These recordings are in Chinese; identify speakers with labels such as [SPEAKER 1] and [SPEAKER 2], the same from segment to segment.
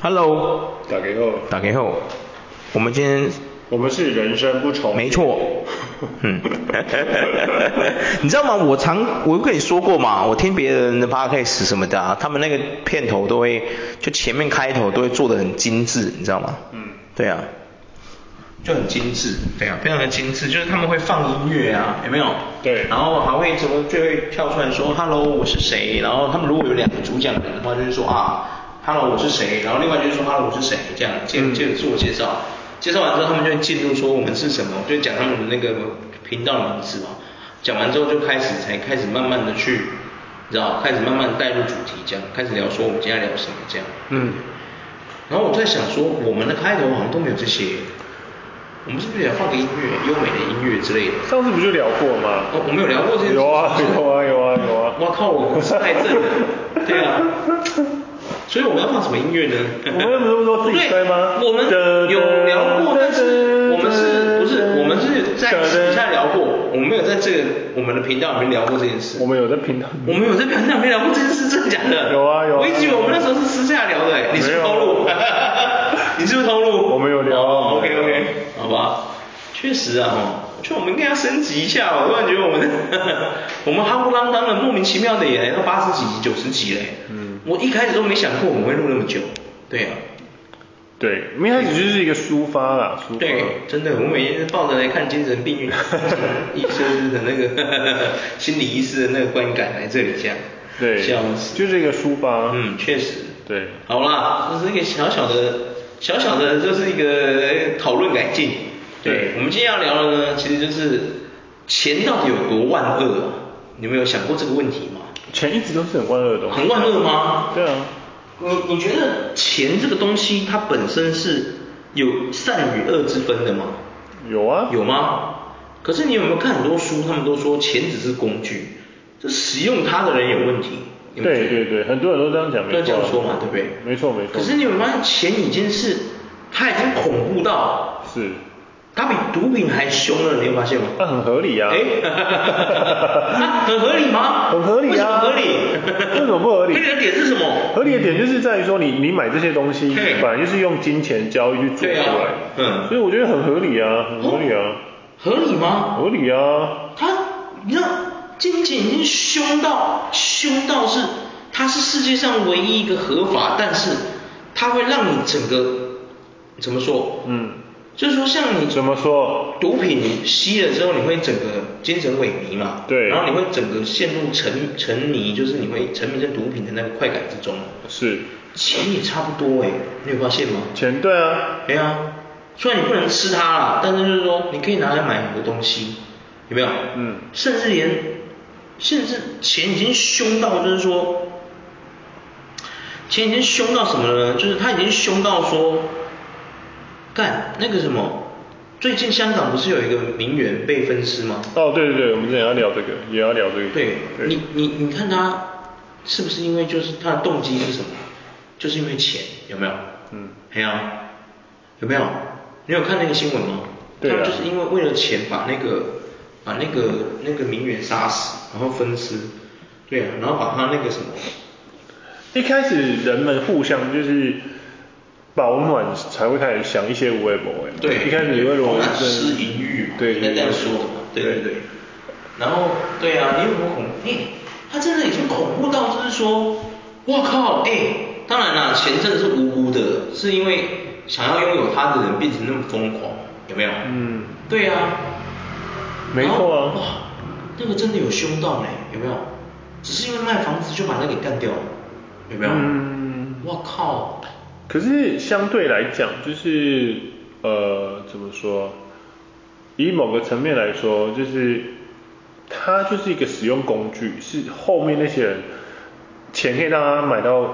[SPEAKER 1] Hello，
[SPEAKER 2] 打给后，
[SPEAKER 1] 打给后，我们今天
[SPEAKER 2] 我们是人生不重，
[SPEAKER 1] 没 错， 嗯， 你知道吗？我常我跟你说过嘛，我听别人的 podcast 什么的啊，他们那个片头都会，就前面开头都会做的很精致，你知道吗？
[SPEAKER 2] 嗯
[SPEAKER 1] 对啊，就很精致，对啊，非常的精致，就是他们会放音乐啊，有没有？
[SPEAKER 2] 对
[SPEAKER 1] 然后还会怎么就会跳出来说 “hello，我是谁”，然后他们如果有两个主讲人的话，就是说啊，“hello，我是谁”，然后另外就是说 “hello，我是谁”，这样介
[SPEAKER 2] 嗯
[SPEAKER 1] 介自我介绍，介绍完之后他们就会进入说我们是什么，就讲他们的那个频道的名字嘛，讲完之后就开始才开始慢慢的去，你知道，开始慢慢地带入主题，这样开始聊说我们今天要聊什么这样。
[SPEAKER 2] 嗯，
[SPEAKER 1] 然后我在想说，我们的开头好像都没有这些，我们是不是也要放个音乐，优美的音乐之类的？
[SPEAKER 2] 上次不就聊过吗？
[SPEAKER 1] 哦，我们有聊过这些。
[SPEAKER 2] 有啊有啊有啊有啊，
[SPEAKER 1] 我靠，我是太正了，对啊。所以我们要放什么音乐呢？
[SPEAKER 2] 我们不是说自己吹吗
[SPEAKER 1] 对我们有聊过，但是我们是不是我们是在私下聊过？我们没有在这个我们的频道里面聊过这件事。
[SPEAKER 2] 我们有在频道，
[SPEAKER 1] 我们有在频道没聊过这件事，真的假的？
[SPEAKER 2] 嗯有啊有啊
[SPEAKER 1] 我一直以为我们那时候是私下聊的，哎你是不是
[SPEAKER 2] 没有啊
[SPEAKER 1] 透露？ 你是不是透露？
[SPEAKER 2] 我们有聊啊
[SPEAKER 1] 哦
[SPEAKER 2] 我们
[SPEAKER 1] OK
[SPEAKER 2] 有聊
[SPEAKER 1] OK，好吧。确实啊，哦，我觉得我们应该要升级一下哦。我突然觉得我们 我们夯不啷当的，莫名其妙的也来到八十几集、九十集嘞。
[SPEAKER 2] 嗯
[SPEAKER 1] 我一开始都没想过我们会录那么久。对啊。
[SPEAKER 2] 对，一开始就是一个抒发啦，抒发，
[SPEAKER 1] 对，真的，我每天是抱着来看精神病院 医生的那个 心理医师的那个观感来这里这样，
[SPEAKER 2] 对
[SPEAKER 1] 笑死，
[SPEAKER 2] 就是一个抒发
[SPEAKER 1] 嗯，确实，
[SPEAKER 2] 对
[SPEAKER 1] 好啦，这是一个小小的、小小的，就是一个讨论改进。
[SPEAKER 2] 对
[SPEAKER 1] 我们今天要聊的呢，其实就是钱到底有多万恶啊？你们有想过这个问题吗？
[SPEAKER 2] 钱一直都是很万恶的东西，
[SPEAKER 1] 很万恶吗？
[SPEAKER 2] 对啊，
[SPEAKER 1] 你你觉得钱这个东西，它本身是有善与恶之分的吗？
[SPEAKER 2] 有啊，
[SPEAKER 1] 有吗？可是你有没有看很多书，他们都说钱只是工具，这使用它的人有问题。你有没有
[SPEAKER 2] 对
[SPEAKER 1] 觉得
[SPEAKER 2] 对对，很多人都这样讲，没
[SPEAKER 1] 都
[SPEAKER 2] 错啊，
[SPEAKER 1] 这样说嘛，对不对？
[SPEAKER 2] 没错没错，
[SPEAKER 1] 可是你有没有发现，钱已经是，它已经恐怖到，
[SPEAKER 2] 是，
[SPEAKER 1] 它比毒品还凶了，你有发现吗？
[SPEAKER 2] 那很合理啊，
[SPEAKER 1] 哎， 那很合理吗？
[SPEAKER 2] 很合理
[SPEAKER 1] 为什么
[SPEAKER 2] 啊，
[SPEAKER 1] 合理？
[SPEAKER 2] 为什么不合理？
[SPEAKER 1] 合理的点是什么？
[SPEAKER 2] 合理的点就是在于说你，你买这些东西，
[SPEAKER 1] 对
[SPEAKER 2] 本来就是用金钱交易去做出
[SPEAKER 1] 对啊
[SPEAKER 2] 来，
[SPEAKER 1] 嗯
[SPEAKER 2] 所以我觉得很合理啊，很合理啊，
[SPEAKER 1] 合理吗？
[SPEAKER 2] 合理啊，
[SPEAKER 1] 他，你知道，金钱已经凶到凶到是，它是世界上唯一一个合法，但是它会让你整个怎么说？
[SPEAKER 2] 嗯，
[SPEAKER 1] 就是说像你
[SPEAKER 2] 怎么说？
[SPEAKER 1] 毒品你吸了之后，你会整个精神萎靡嘛？
[SPEAKER 2] 对
[SPEAKER 1] 然后你会整个陷入沉沉迷，就是你会沉迷在毒品的那个快感之中。
[SPEAKER 2] 是
[SPEAKER 1] 钱也差不多哎、你有发现吗？
[SPEAKER 2] 钱对啊，
[SPEAKER 1] 对啊，虽然你不能吃它啦，但是就是说你可以拿来买很多东西，有没有？
[SPEAKER 2] 嗯
[SPEAKER 1] 甚至连，甚至钱已经凶到，就是说，钱已经凶到什么呢？就是他已经凶到说，干那个什么，最近香港不是有一个名媛被分尸吗？
[SPEAKER 2] 哦对对对，我们之前要聊这个，也要聊这个，
[SPEAKER 1] 对，
[SPEAKER 2] 对
[SPEAKER 1] 你你你看他是不是因为就是他的动机是什么？就是因为钱，有没有？
[SPEAKER 2] 嗯
[SPEAKER 1] 哎呀、有没有？你有看那个新闻吗？
[SPEAKER 2] 对啊
[SPEAKER 1] 他们就是因为为了钱把那个把那个那个名媛杀死，然后分尸，对啊，然后把他那个什么，
[SPEAKER 2] 一开始人们互相就是保暖才会开始想一些无为不为，
[SPEAKER 1] 对，
[SPEAKER 2] 一开始你为
[SPEAKER 1] 我
[SPEAKER 2] 我
[SPEAKER 1] 们失淫欲嘛，
[SPEAKER 2] 对
[SPEAKER 1] 应
[SPEAKER 2] 对
[SPEAKER 1] 该这样
[SPEAKER 2] 对
[SPEAKER 1] 说的嘛，对对对。然后，对啊，你有没有恐？你他真的已经恐怖到就是说，我靠，哎、当然啦，钱真的是无辜的，是因为想要拥有它的人变成那么疯狂，有没有？
[SPEAKER 2] 嗯，
[SPEAKER 1] 对啊，
[SPEAKER 2] 没错
[SPEAKER 1] 然
[SPEAKER 2] 啊
[SPEAKER 1] 后哇，那个真的有凶到呢，有没有？只是因为卖房子就把那给干掉了，有没有？
[SPEAKER 2] 嗯
[SPEAKER 1] 我靠，
[SPEAKER 2] 可是相对来讲，就是呃，怎么说？以某个层面来说，就是它就是一个使用工具，是后面那些人钱可以让他买到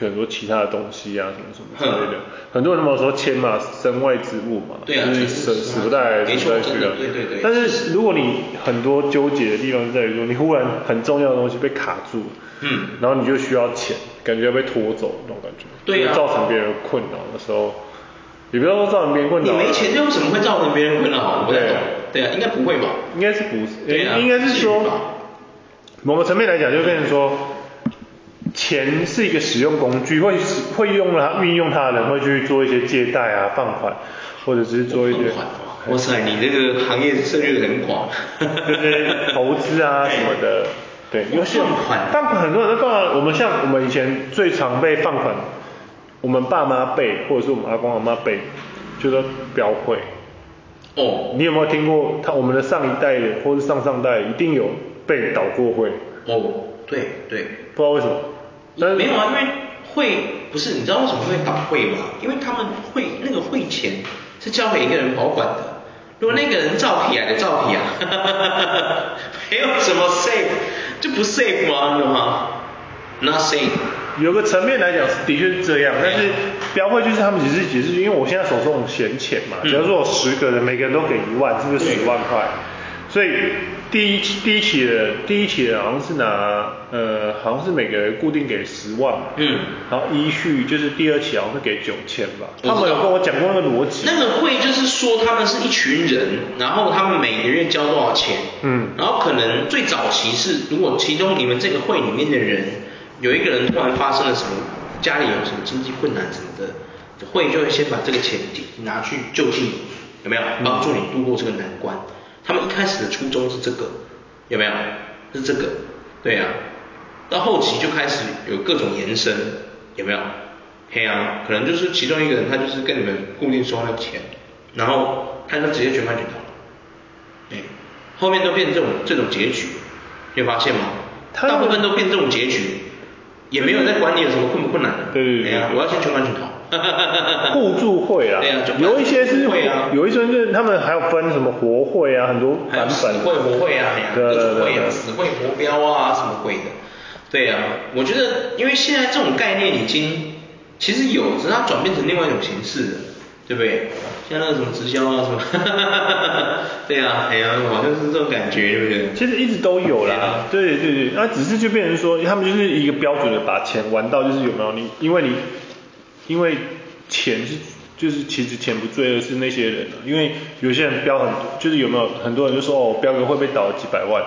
[SPEAKER 2] 很多其他的东西啊，什么什么之类的
[SPEAKER 1] 哼。
[SPEAKER 2] 很多人嘛说钱嘛，身外之物嘛，
[SPEAKER 1] 嗯对啊
[SPEAKER 2] 就是
[SPEAKER 1] 钱是
[SPEAKER 2] 舍
[SPEAKER 1] 身外
[SPEAKER 2] 舍不带来，
[SPEAKER 1] 没错
[SPEAKER 2] 舍不带去
[SPEAKER 1] 真
[SPEAKER 2] 啊
[SPEAKER 1] 的。对对对
[SPEAKER 2] 但是如果你很多纠结的地方是在于说，你忽然很重要的东西被卡住，
[SPEAKER 1] 嗯
[SPEAKER 2] 然后你就需要钱，感觉要被拖走那种感觉，
[SPEAKER 1] 对啊
[SPEAKER 2] 就是造成别人困扰的时候，也不要说造成别人困扰
[SPEAKER 1] 你
[SPEAKER 2] 啊，
[SPEAKER 1] 没钱又怎么会造成别人困扰？我不太懂。对
[SPEAKER 2] 对
[SPEAKER 1] 啊，应该不会吧？
[SPEAKER 2] 应该是不是？
[SPEAKER 1] 对啊
[SPEAKER 2] 应该是
[SPEAKER 1] 至于
[SPEAKER 2] 说
[SPEAKER 1] 吧，
[SPEAKER 2] 某个层面来讲，就变成说，钱是一个使用工具，会使会用它运用它的人会去做一些借贷啊、放款，或者是做一些
[SPEAKER 1] 哇塞，你这个行业涉猎很广，
[SPEAKER 2] 就是投资啊什 么的。对，因为现在
[SPEAKER 1] 放款
[SPEAKER 2] 放款很多人都放啊。我们像我们以前最常被放款，我们爸妈辈或者是我们阿公阿妈辈，就说标会。
[SPEAKER 1] 哦，
[SPEAKER 2] 你有没有听过他我们的上一代的或是上上代一定有被倒过会？
[SPEAKER 1] 哦，对对，
[SPEAKER 2] 不知道为什么，但是
[SPEAKER 1] 没有啊，因为会不是你知道为什么会倒会吗？因为他们会那个会钱是交给一个人保管的，如果那个人照皮啊的照皮啊， 没有什么 safe，就不 safe 吗？你懂吗？Not safe。
[SPEAKER 2] 有个层面来讲，的确是这样，但是标会就是他们只是解释，因为我现在手中有闲钱嘛，
[SPEAKER 1] 嗯
[SPEAKER 2] 假如说我十个人，每个人都给一万，是不是
[SPEAKER 1] 对
[SPEAKER 2] 十万块？所以第一第一期的第一期的好像是拿呃，好像是每个人固定给十万嘛，
[SPEAKER 1] 嗯
[SPEAKER 2] 然后依序就是第二期好像是给九千吧，
[SPEAKER 1] 我知道
[SPEAKER 2] 他们有跟我讲过那个逻辑，
[SPEAKER 1] 那个会就是说他们是一群人，然后他们每个月交多少钱，
[SPEAKER 2] 嗯
[SPEAKER 1] 然后可能最早期是如果其中你们这个会里面的人有一个人突然发生了什么，家里有什么经济困难什么的，会就会先把这个钱抵拿去救济你，有没有帮助你度过这个难关？他们一开始的初衷是这个，有没有？是这个，对啊，到后期就开始有各种延伸，有没有？嘿啊，可能就是其中一个人他就是跟你们固定收那个钱，然后他就直接全款给他了，哎，后面都变成这种这种结局，你有发现吗？
[SPEAKER 2] 他
[SPEAKER 1] 大部分都变这种结局，也没有人在管你有什么困不困难的。
[SPEAKER 2] 对对对
[SPEAKER 1] 哎呀，
[SPEAKER 2] 对
[SPEAKER 1] 我要先全款去逃。
[SPEAKER 2] 互助会啊
[SPEAKER 1] 对啊，就，
[SPEAKER 2] 有一些是
[SPEAKER 1] 会啊
[SPEAKER 2] 有一些就是他们还有分什么活会啊，很多
[SPEAKER 1] 还
[SPEAKER 2] 版
[SPEAKER 1] 有 死
[SPEAKER 2] 本，
[SPEAKER 1] 会活会啊，哎呀，
[SPEAKER 2] 对
[SPEAKER 1] 各
[SPEAKER 2] 对
[SPEAKER 1] 种会
[SPEAKER 2] 对
[SPEAKER 1] 啊，
[SPEAKER 2] 对
[SPEAKER 1] 死会活标啊，什么鬼的。对啊，我觉得因为现在这种概念已经其实有，只是它转变成另外一种形式了，对不对？像那个什么直销啊什么， 对啊，哎呀，好像是这种感觉，对不对？啊
[SPEAKER 2] 其实一直都有啦，对对对，啊那只是就变成说，他们就是一个标准的把钱玩到就是有没有你，因为你因为钱是就是其实钱不罪恶是那些人啊，因为有些人标很多，就是有没有很多人就说哦，标个会被倒了几百万，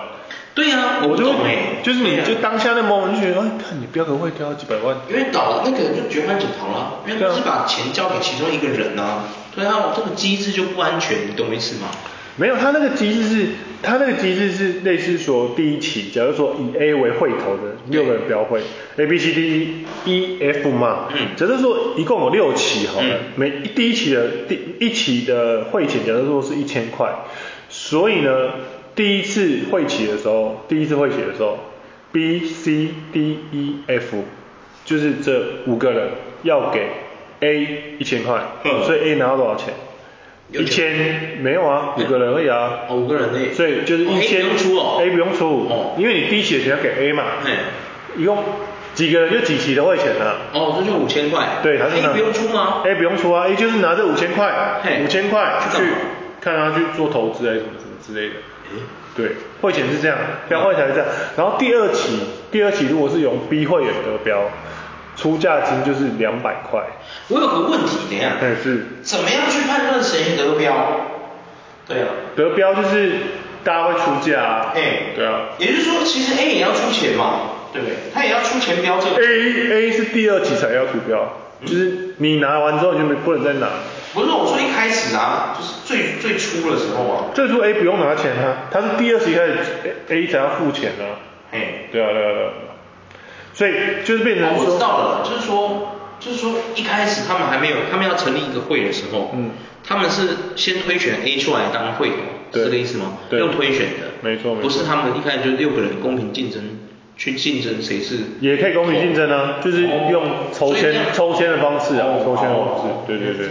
[SPEAKER 1] 对啊，
[SPEAKER 2] 我
[SPEAKER 1] 不
[SPEAKER 2] 就
[SPEAKER 1] 懂哎、
[SPEAKER 2] 就是你
[SPEAKER 1] 对啊
[SPEAKER 2] 就当下那 moment 就觉得，哎，看你标个会掉到几百万，
[SPEAKER 1] 因为倒那个就绝款潜逃了，啊
[SPEAKER 2] 啊
[SPEAKER 1] 因为他是把钱交给其中一个人啊，对啊，这个机制就不安全，你懂我意思吗？
[SPEAKER 2] 没有，他那个机制是，他那个机制是类似说第一期，假如说以 A 为会头的六个人标会，A B C D E F 嘛，
[SPEAKER 1] 嗯
[SPEAKER 2] 假设说一共有六期好了，
[SPEAKER 1] 嗯
[SPEAKER 2] 每第一期的第一期的会钱，假设说是一千块，所以呢，第一次会期的时候，第一次会期的时候，B C D E F 就是这五个人要给 A 一千块，
[SPEAKER 1] 嗯
[SPEAKER 2] 所以 A 拿到多少钱？
[SPEAKER 1] 有
[SPEAKER 2] 一
[SPEAKER 1] 钱
[SPEAKER 2] 千没有啊，五个人而已啊。
[SPEAKER 1] 哦，五个人内，
[SPEAKER 2] 所以就是
[SPEAKER 1] 哦
[SPEAKER 2] 一千、
[SPEAKER 1] A 不用出哦
[SPEAKER 2] A 不用出，
[SPEAKER 1] 哦
[SPEAKER 2] 因为你第一期的钱要给 A 嘛，
[SPEAKER 1] 嘿
[SPEAKER 2] 一共几个人就几期的会钱啊。
[SPEAKER 1] 哦，这就五千块，
[SPEAKER 2] 对，还是
[SPEAKER 1] A
[SPEAKER 2] 拿
[SPEAKER 1] 不用出吗？
[SPEAKER 2] ？A 不用出啊，A 就是拿这五千块
[SPEAKER 1] 嘿，
[SPEAKER 2] 五千块
[SPEAKER 1] 去干
[SPEAKER 2] 去
[SPEAKER 1] 嘛
[SPEAKER 2] 看他去做投资还是什么什么之类的。对，会钱是这样，标会钱是这样。然后第二期，第二期如果是用 B 会员得标，出价金就是两百块。
[SPEAKER 1] 我有个问题，等一下，
[SPEAKER 2] 但是
[SPEAKER 1] 怎么样去判断谁得标？对啊，
[SPEAKER 2] 得标就是大家会出价啊。
[SPEAKER 1] 哎
[SPEAKER 2] 对啊。
[SPEAKER 1] 也就是说，其实 A 也要出钱嘛，对不对？他也要出钱标这个，
[SPEAKER 2] A A 是第二期才要出标，
[SPEAKER 1] 嗯
[SPEAKER 2] 就是你拿完之后你就没不能再拿。
[SPEAKER 1] 不是我说一开始啊，就是最最初的时候啊，
[SPEAKER 2] 最初 A 不用拿钱啊，它是第二期开始 A A 才要付钱啊。
[SPEAKER 1] 哎，
[SPEAKER 2] 对啊对啊对啊。所以就是变成
[SPEAKER 1] 哦，
[SPEAKER 2] 说，
[SPEAKER 1] 我知道了，就是说，就是说一开始他们还没有，他们要成立一个会的时候，
[SPEAKER 2] 嗯
[SPEAKER 1] 他们是先推选 A 出来当会的，
[SPEAKER 2] 对
[SPEAKER 1] 是这个意思吗？
[SPEAKER 2] 对
[SPEAKER 1] 用推选的，
[SPEAKER 2] 没错没错
[SPEAKER 1] 不是他们一开始就六个人公平竞争去竞争谁是，
[SPEAKER 2] 也可以公平竞争啊，就是
[SPEAKER 1] 哦
[SPEAKER 2] 用抽签、抽签的方式啊，抽签的方式，对对对。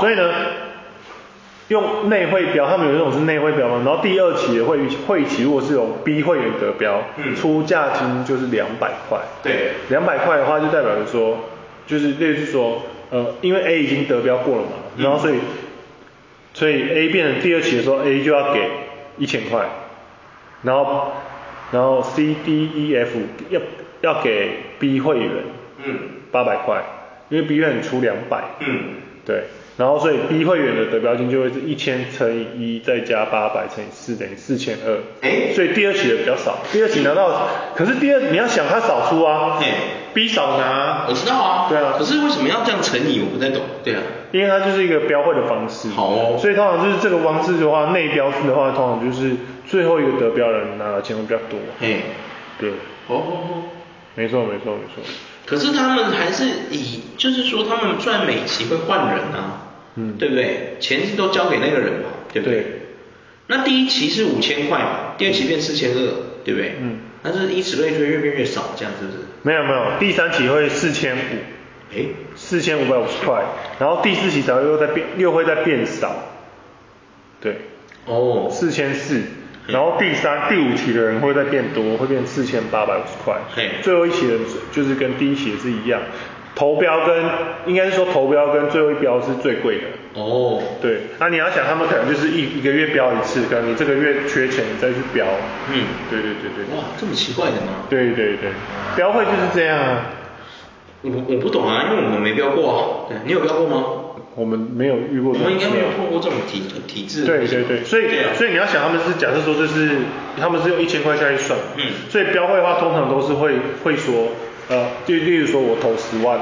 [SPEAKER 2] 所以呢，用内会标，他们有一种是内会标嘛，然后第二期的会会期如果是有 B 会员得标，
[SPEAKER 1] 嗯
[SPEAKER 2] 出价金就是两百块，
[SPEAKER 1] 对
[SPEAKER 2] 两百块的话就代表着说，就是类似说，呃，因为 A 已经得标过了嘛，
[SPEAKER 1] 嗯
[SPEAKER 2] 然后所以所以 A 变成第二期的时候，A 就要给一千块，然后然后 C D E F 要要给 B 会员
[SPEAKER 1] 嗯
[SPEAKER 2] 八百块，因为 B 会员出两百，
[SPEAKER 1] 嗯，
[SPEAKER 2] 对，然后所以 B 会员的得标金就会是一千乘以一，再加八百乘以四，等于四千二。
[SPEAKER 1] 哎
[SPEAKER 2] 所以第二期的比较少，第二期拿到，可是第二你要想他少出啊
[SPEAKER 1] 嘿
[SPEAKER 2] ，B 少拿
[SPEAKER 1] 我，知道啊，
[SPEAKER 2] 对啊
[SPEAKER 1] 可是为什么要这样乘以？我不太懂。对啊，
[SPEAKER 2] 因为它就是一个标会的方式。
[SPEAKER 1] 好哦
[SPEAKER 2] 所以通常就是这个方式的话，内标制的话，通常就是最后一个得标人拿的钱会比较多。
[SPEAKER 1] 嘿，
[SPEAKER 2] 对，
[SPEAKER 1] 哦哦哦。
[SPEAKER 2] 没错没错没错。
[SPEAKER 1] 可是他们还是以，就是说他们虽然每期会换人啊，
[SPEAKER 2] 嗯
[SPEAKER 1] 对不对？钱是都交给那个人嘛，对不对？
[SPEAKER 2] 对
[SPEAKER 1] 那第一期是五千块嘛，第二期变四千二，对不对？
[SPEAKER 2] 嗯
[SPEAKER 1] 那就是以此类推，越变越少，这样是不是？
[SPEAKER 2] 没有没有，第三期会四千五。
[SPEAKER 1] 哎，
[SPEAKER 2] 四千五百五十块，然后第四期才会又在变，又会再变少，对，
[SPEAKER 1] 哦，
[SPEAKER 2] 四千四，然后第三、第五期的人会再变多，会变四千八百五十块
[SPEAKER 1] 嘿，
[SPEAKER 2] 最后一期的人就是跟第一期的是一样，投标跟应该是说投标跟最后一标是最贵的，
[SPEAKER 1] 哦，
[SPEAKER 2] 对，那、你要想他们可能就是一一个月标一次，可能你这个月缺钱你再去标，
[SPEAKER 1] 嗯
[SPEAKER 2] 对对对对，
[SPEAKER 1] 哇，这么奇怪的吗？
[SPEAKER 2] 对对对，标会就是这样啊，
[SPEAKER 1] 我我不懂啊，因为我们没标过啊。对，你有标过吗？
[SPEAKER 2] 我们没有遇过
[SPEAKER 1] 我
[SPEAKER 2] 这种
[SPEAKER 1] 们应该没有
[SPEAKER 2] 事啊
[SPEAKER 1] 碰过这种体体制。
[SPEAKER 2] 对对对，所以
[SPEAKER 1] 对啊
[SPEAKER 2] 所以你要想，他们是假设说这是他们是用一千块下去算，
[SPEAKER 1] 嗯
[SPEAKER 2] 所以标会的话通常都是会会说，呃，就例如说我投十万，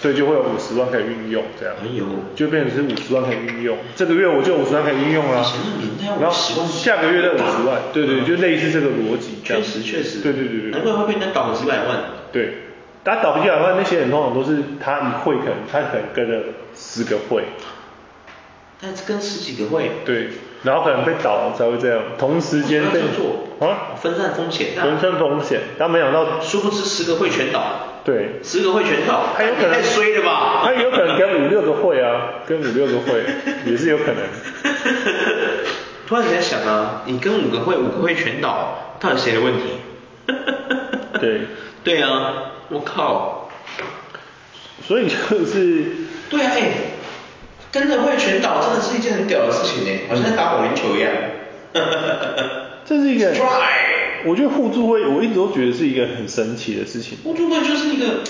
[SPEAKER 2] 所以就会有五十万可以运用这样，
[SPEAKER 1] 哎呦
[SPEAKER 2] 就变成是五十万可以运用，这个月我就五十万可以运用啦、
[SPEAKER 1] 以前那年代50
[SPEAKER 2] 然后
[SPEAKER 1] 万
[SPEAKER 2] 下个月再五十万，对对，就类似这个逻辑
[SPEAKER 1] 嗯确
[SPEAKER 2] 这样，
[SPEAKER 1] 实确实。哎
[SPEAKER 2] 对对对对
[SPEAKER 1] 难怪会被人家搞几百万。
[SPEAKER 2] 对，打倒皮的话，那些人通常都是他一会可能他可能跟了十个会，
[SPEAKER 1] 但是跟十几个会。
[SPEAKER 2] 对，然后可能被倒了才会这样，同时间
[SPEAKER 1] 分
[SPEAKER 2] 被
[SPEAKER 1] 散做
[SPEAKER 2] 啊
[SPEAKER 1] 分散风险，
[SPEAKER 2] 人
[SPEAKER 1] 但
[SPEAKER 2] 生风险，但没想到
[SPEAKER 1] 殊不知十个会全倒，
[SPEAKER 2] 对，
[SPEAKER 1] 十个会全倒，
[SPEAKER 2] 他有可能
[SPEAKER 1] 太衰了吧？
[SPEAKER 2] 他有可能跟五六个会啊，跟五六个 会也是有可能。
[SPEAKER 1] 突然在想啊，你跟五个会，五个会全倒，到底谁的问题？
[SPEAKER 2] 对，
[SPEAKER 1] 对啊，我靠，
[SPEAKER 2] 所以就是
[SPEAKER 1] 对啊，哎、跟着会全倒真的是一件很屌的事情哎、好像在打保龄球一样。
[SPEAKER 2] 这是一 个
[SPEAKER 1] Try，
[SPEAKER 2] 我觉得互助会，我一直都觉得是一个很神奇的事情。
[SPEAKER 1] 互助会就是一个，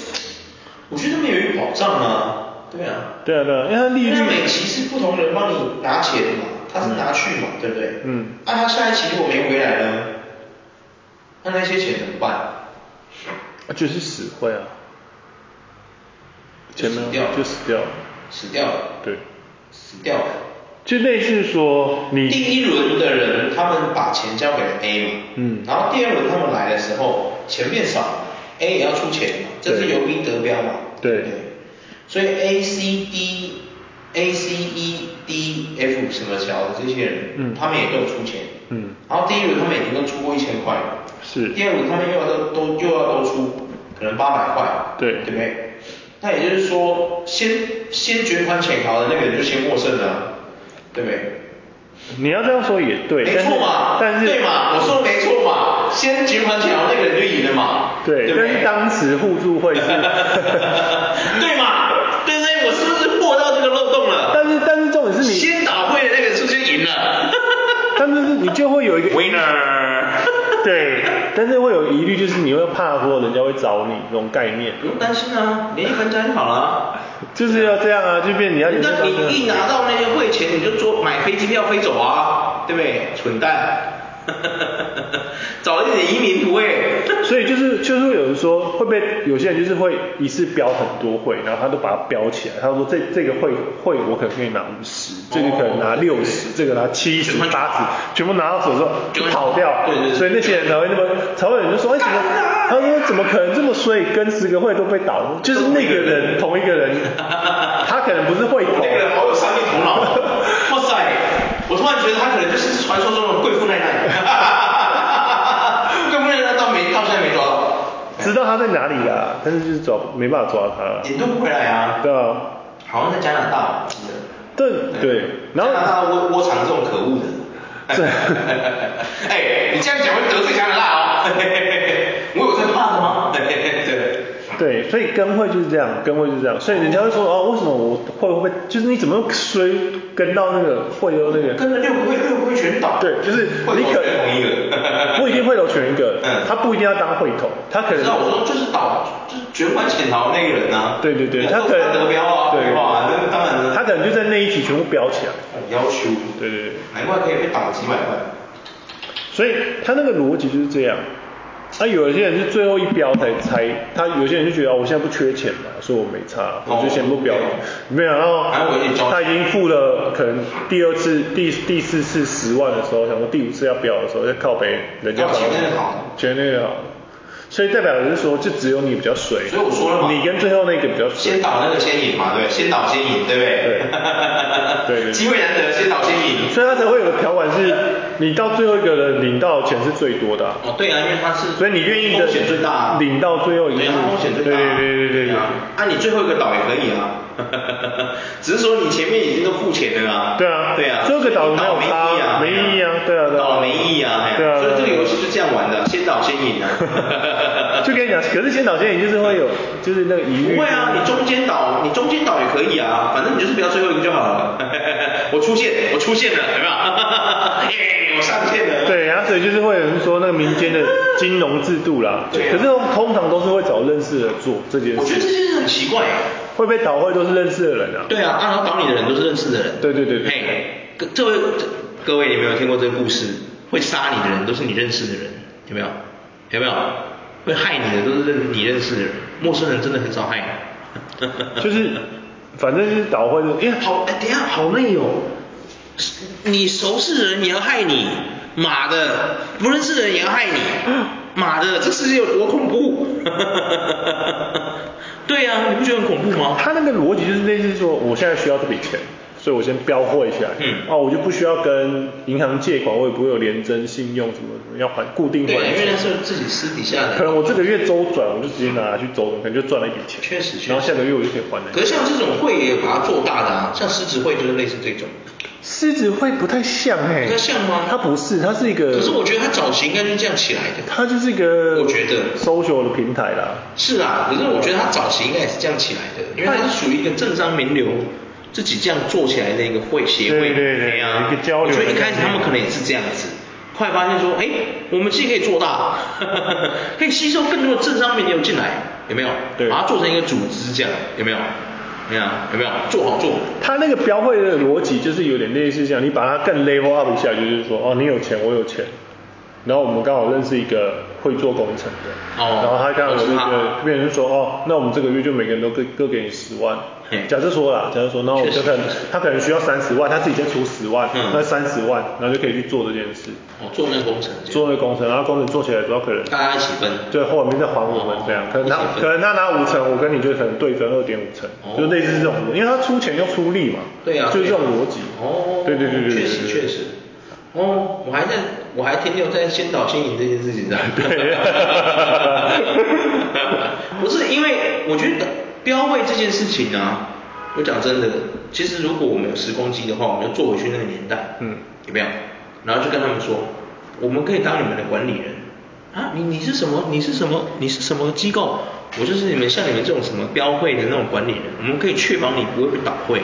[SPEAKER 1] 我觉得他们有一个保障啊，对啊。
[SPEAKER 2] 对啊对啊，因为它利
[SPEAKER 1] 因为每
[SPEAKER 2] 率
[SPEAKER 1] 期是不同人帮你拿钱嘛，他是拿去嘛，对不对？
[SPEAKER 2] 嗯
[SPEAKER 1] 那、他下一期如果没回来呢？那那些钱怎么办？
[SPEAKER 2] 就是死会啊，前面
[SPEAKER 1] 就死掉了
[SPEAKER 2] 就死掉
[SPEAKER 1] 死掉
[SPEAKER 2] 了，
[SPEAKER 1] 了，
[SPEAKER 2] 对，
[SPEAKER 1] 死掉了。
[SPEAKER 2] 就类似说
[SPEAKER 1] 第
[SPEAKER 2] 你
[SPEAKER 1] 一轮的人，他们把钱交给了 A 嘛，
[SPEAKER 2] 嗯
[SPEAKER 1] 然后第二轮他们来的时候，钱变少了，A 也要出钱嘛，这是
[SPEAKER 2] 对
[SPEAKER 1] 由 B 得标嘛，
[SPEAKER 2] 对
[SPEAKER 1] 不所以 A C D A C E D F 什么桥的这些人，
[SPEAKER 2] 嗯
[SPEAKER 1] 他们也都有出钱，
[SPEAKER 2] 嗯
[SPEAKER 1] 然后第一轮他们已经都出过一千块了，
[SPEAKER 2] 是
[SPEAKER 1] 第二轮他们又要都都又要多出可能八百块，
[SPEAKER 2] 对
[SPEAKER 1] 对不对？那也就是说，先先卷款潜逃的那个人就先获胜了啊，对不对？
[SPEAKER 2] 你要这样说也对，
[SPEAKER 1] 没
[SPEAKER 2] 但是
[SPEAKER 1] 错嘛，
[SPEAKER 2] 但是
[SPEAKER 1] 对嘛，我说的没错嘛，先举款起来，那个人就赢了嘛，
[SPEAKER 2] 对，
[SPEAKER 1] 对不
[SPEAKER 2] 但
[SPEAKER 1] 对
[SPEAKER 2] 是？当时互 助会是
[SPEAKER 1] 对嘛，对不对？我是不是破到这个漏洞了？
[SPEAKER 2] 但是但是重点是你，
[SPEAKER 1] 先打会的那个是不是就赢 了
[SPEAKER 2] 但是你就会有一个
[SPEAKER 1] ？Winner，
[SPEAKER 2] 对，但是会有疑虑，就是你会怕说人家会找你这种概念，
[SPEAKER 1] 不用担心啊，你一分加就好了啊。
[SPEAKER 2] 就是要这样啊，就变你要有
[SPEAKER 1] 那
[SPEAKER 2] 这
[SPEAKER 1] 你
[SPEAKER 2] 个
[SPEAKER 1] 一拿到那些汇钱，你就坐买飞机票飞走啊，对不对？蠢蛋， 找一点移民不会。
[SPEAKER 2] 所以就是就是有人说会不会有些人就是会一次标很多会，然后他都把它标起来，他说这这个会会我可能可以拿五十，这个可能拿六十，这个拿七
[SPEAKER 1] 哦
[SPEAKER 2] 十
[SPEAKER 1] 全部拿
[SPEAKER 2] 八十，全部拿到手之后就跑掉，
[SPEAKER 1] 对对对
[SPEAKER 2] 所以那些人才会那么才会有人就说哎怎么他说怎么可能这么衰，跟十个会都被倒，就是那个人同一 个人，他可能不是会头
[SPEAKER 1] 那。个人好有商业头脑， 哇塞！我突然觉得他可能就是传说中的贵妇奈 奈，贵妇奈奈倒没到现在没抓到，
[SPEAKER 2] 知道他在哪里啦、但是就是抓没办法抓他啦。
[SPEAKER 1] 也弄不回来啊。
[SPEAKER 2] 对啊，
[SPEAKER 1] 好像在加拿大，我记
[SPEAKER 2] 对
[SPEAKER 1] 得
[SPEAKER 2] 对，然后
[SPEAKER 1] 加拿大窝窝藏这种可恶的。
[SPEAKER 2] 对
[SPEAKER 1] 哎，你这样讲会得罪加拿大 哦。我有在怕的吗？ 对。
[SPEAKER 2] 对，所以跟会就是这样，跟会就是这样，所以人家会说哦，为什么我会不会就是你怎么衰跟到那个会都那个？
[SPEAKER 1] 跟着六个会，六个会全倒。
[SPEAKER 2] 对，就是
[SPEAKER 1] 会
[SPEAKER 2] 你
[SPEAKER 1] 头
[SPEAKER 2] 可
[SPEAKER 1] 选同一个。
[SPEAKER 2] 不一定会头选一个
[SPEAKER 1] 嗯，
[SPEAKER 2] 他不一定要当会头，他可
[SPEAKER 1] 知道我
[SPEAKER 2] 能
[SPEAKER 1] 说就是倒，就是卷款潜逃那个人啊，
[SPEAKER 2] 对对对，
[SPEAKER 1] 他
[SPEAKER 2] 他可能
[SPEAKER 1] 得标啊，
[SPEAKER 2] 对
[SPEAKER 1] 废话、啊，那当然了，
[SPEAKER 2] 他可能就在那一集全部标起来，
[SPEAKER 1] 很要求，
[SPEAKER 2] 对对对，
[SPEAKER 1] 难怪可以被打几百万。
[SPEAKER 2] 所以他那个逻辑就是这样。啊，有些人是最后一标才才，他有些人就觉得哦，我现在不缺钱了，所以我没差，我就先不标。没想到
[SPEAKER 1] 哦还有我一起交
[SPEAKER 2] 他已经付了，可能第二次、第第四次十万的时候，想说第五次要标的时候，再靠北人家
[SPEAKER 1] 要哦钱那个好
[SPEAKER 2] 觉得那个好，所以代表就是说，就只有你比较水。
[SPEAKER 1] 所以我说了嘛
[SPEAKER 2] 你跟最后那个比较水。
[SPEAKER 1] 先倒那个先赢嘛，对，先倒先赢，对不对？
[SPEAKER 2] 对 对
[SPEAKER 1] 机会难得，先倒先赢。
[SPEAKER 2] 所以他才会有个条款是，你到最后一个人领到的钱是最多的啊、
[SPEAKER 1] 哦，对啊，因为他是，
[SPEAKER 2] 所以你愿意的
[SPEAKER 1] 风险最大啊，
[SPEAKER 2] 领到最后一个
[SPEAKER 1] 对啊，他风险最大啊，
[SPEAKER 2] 对对对对对
[SPEAKER 1] 啊，啊，你最后一个倒也可以啊， 只是说你前面已经都付钱了啊，
[SPEAKER 2] 对啊
[SPEAKER 1] 对啊，
[SPEAKER 2] 最后一个倒
[SPEAKER 1] 所以你
[SPEAKER 2] 没有
[SPEAKER 1] 没
[SPEAKER 2] 差
[SPEAKER 1] 意义啊，
[SPEAKER 2] 没意义啊对啊对啊
[SPEAKER 1] 倒了没意义啊，哎呀
[SPEAKER 2] 对啊
[SPEAKER 1] 所以
[SPEAKER 2] 对啊
[SPEAKER 1] 这个游戏是这样玩的，先倒先赢 啊，
[SPEAKER 2] 就跟你讲，可是先导线也就是会有，就是那个疑虑。
[SPEAKER 1] 不会啊，你中间倒，你中间倒也可以啊，反正你就是不要最后一个就好了。 我出现，我出现了，有没 有？耶，我上线了。
[SPEAKER 2] 对，然后所以就是会有人说那个民间的金融制度啦，
[SPEAKER 1] 对啊
[SPEAKER 2] 可是通常都是会找认识的做这件
[SPEAKER 1] 我觉得这
[SPEAKER 2] 事，
[SPEAKER 1] 件事很奇怪。啊
[SPEAKER 2] 会被倒会都是认识的人啊。
[SPEAKER 1] 对啊，啊然后倒你的人都是认识的人。
[SPEAKER 2] 对对对对
[SPEAKER 1] 嘿，各这位这各位，你们有听过这个故事？会杀你的人都是你认识的人，有没有？有没有？会害你的都是认你认识的人，陌生人真的很少害你。
[SPEAKER 2] 就是反正就是倒会就，哎呀，
[SPEAKER 1] 好，哎，等一下，好累哦。 你熟识的人也要害你，妈的，不认识的人也要害 你，妈的，这世界有多恐怖？ 对呀、你不觉得很恐怖 吗？
[SPEAKER 2] 他那个逻辑就是类似说，我现在需要这笔钱，所以我先标汇起来。
[SPEAKER 1] 嗯
[SPEAKER 2] 哦，我就不需要跟银行借款，我也不会有连征信用什么什么要还固定还
[SPEAKER 1] 对，因为那
[SPEAKER 2] 钱。
[SPEAKER 1] 是自己私底下的。
[SPEAKER 2] 可能 我这个月周转，我就直接拿去周转，可能就赚了一笔钱。
[SPEAKER 1] 确实确实
[SPEAKER 2] 然后下个月我就可以还
[SPEAKER 1] 可
[SPEAKER 2] 了。
[SPEAKER 1] 是像这种会也有把它做大的啊，像狮子会就是类似这种。
[SPEAKER 2] 狮子会不太像哎、
[SPEAKER 1] 不太像吗
[SPEAKER 2] 它不是，它是一个。
[SPEAKER 1] 可是我觉得它早期应该就是这样起来的。
[SPEAKER 2] 它就是一个
[SPEAKER 1] 我觉得
[SPEAKER 2] social 的平台啦。
[SPEAKER 1] 是啊，可是我觉得它早期应该也是这样起来的，因为它是属于一个政商名流自己这样做起来的一个会协会，
[SPEAKER 2] 对对对
[SPEAKER 1] 啊，
[SPEAKER 2] 一个交流
[SPEAKER 1] 我觉得一
[SPEAKER 2] 的
[SPEAKER 1] 开始
[SPEAKER 2] 概念
[SPEAKER 1] 他们可能也是这样子，快发现说，哎，我们自己可以做大， 可以吸收更多的政商名流进来，有没有？
[SPEAKER 2] 对
[SPEAKER 1] 把它做成一个组织这样，有没有？有没有？有没有？做好做好。
[SPEAKER 2] 它那个标会的逻辑就是有点类似这样，你把它更 level up 一下，就是说，哦，你有钱，我有钱，然后我们刚好认识一个会做工程的，
[SPEAKER 1] 哦
[SPEAKER 2] 然后他刚好有
[SPEAKER 1] 我知
[SPEAKER 2] 一
[SPEAKER 1] 道
[SPEAKER 2] 个，别人就说，哦，那我们这个月就每个人都各各给你十万
[SPEAKER 1] 嘿，
[SPEAKER 2] 假设说啦，假设说，那我
[SPEAKER 1] 确实
[SPEAKER 2] 就可能
[SPEAKER 1] 确实
[SPEAKER 2] 他可能需要三十万，他自己先出十万
[SPEAKER 1] 嗯，
[SPEAKER 2] 那三十万，然后就可以去做这件事，
[SPEAKER 1] 哦，做那个工程这样，
[SPEAKER 2] 做那个工程，然后工程做起来之后，可能
[SPEAKER 1] 大家一起分。
[SPEAKER 2] 对，后面再还我们这样，可能他
[SPEAKER 1] 一起分
[SPEAKER 2] 可能他拿五成，我跟你就可能对分二点五成
[SPEAKER 1] 哦，
[SPEAKER 2] 就类似这种，因为他出钱又出力嘛，
[SPEAKER 1] 对啊，
[SPEAKER 2] 就是这种
[SPEAKER 1] 对啊
[SPEAKER 2] 逻辑。
[SPEAKER 1] 哦，
[SPEAKER 2] 对对对对，对
[SPEAKER 1] 确实确实。。哦，我还在，我还停留在先导先赢这件事情上。
[SPEAKER 2] 对
[SPEAKER 1] 不是因为我觉得标位这件事情啊，我讲真的，其实如果我们有时光机的话，我们就坐回去那个年代，
[SPEAKER 2] 嗯
[SPEAKER 1] 有没有？然后就跟他们说，我们可以当你们的管理人啊，你你是什么？你是什么？你是什么机构？我就是你们像你们这种什么标会的那种管理人，我们可以确保你不会被倒会。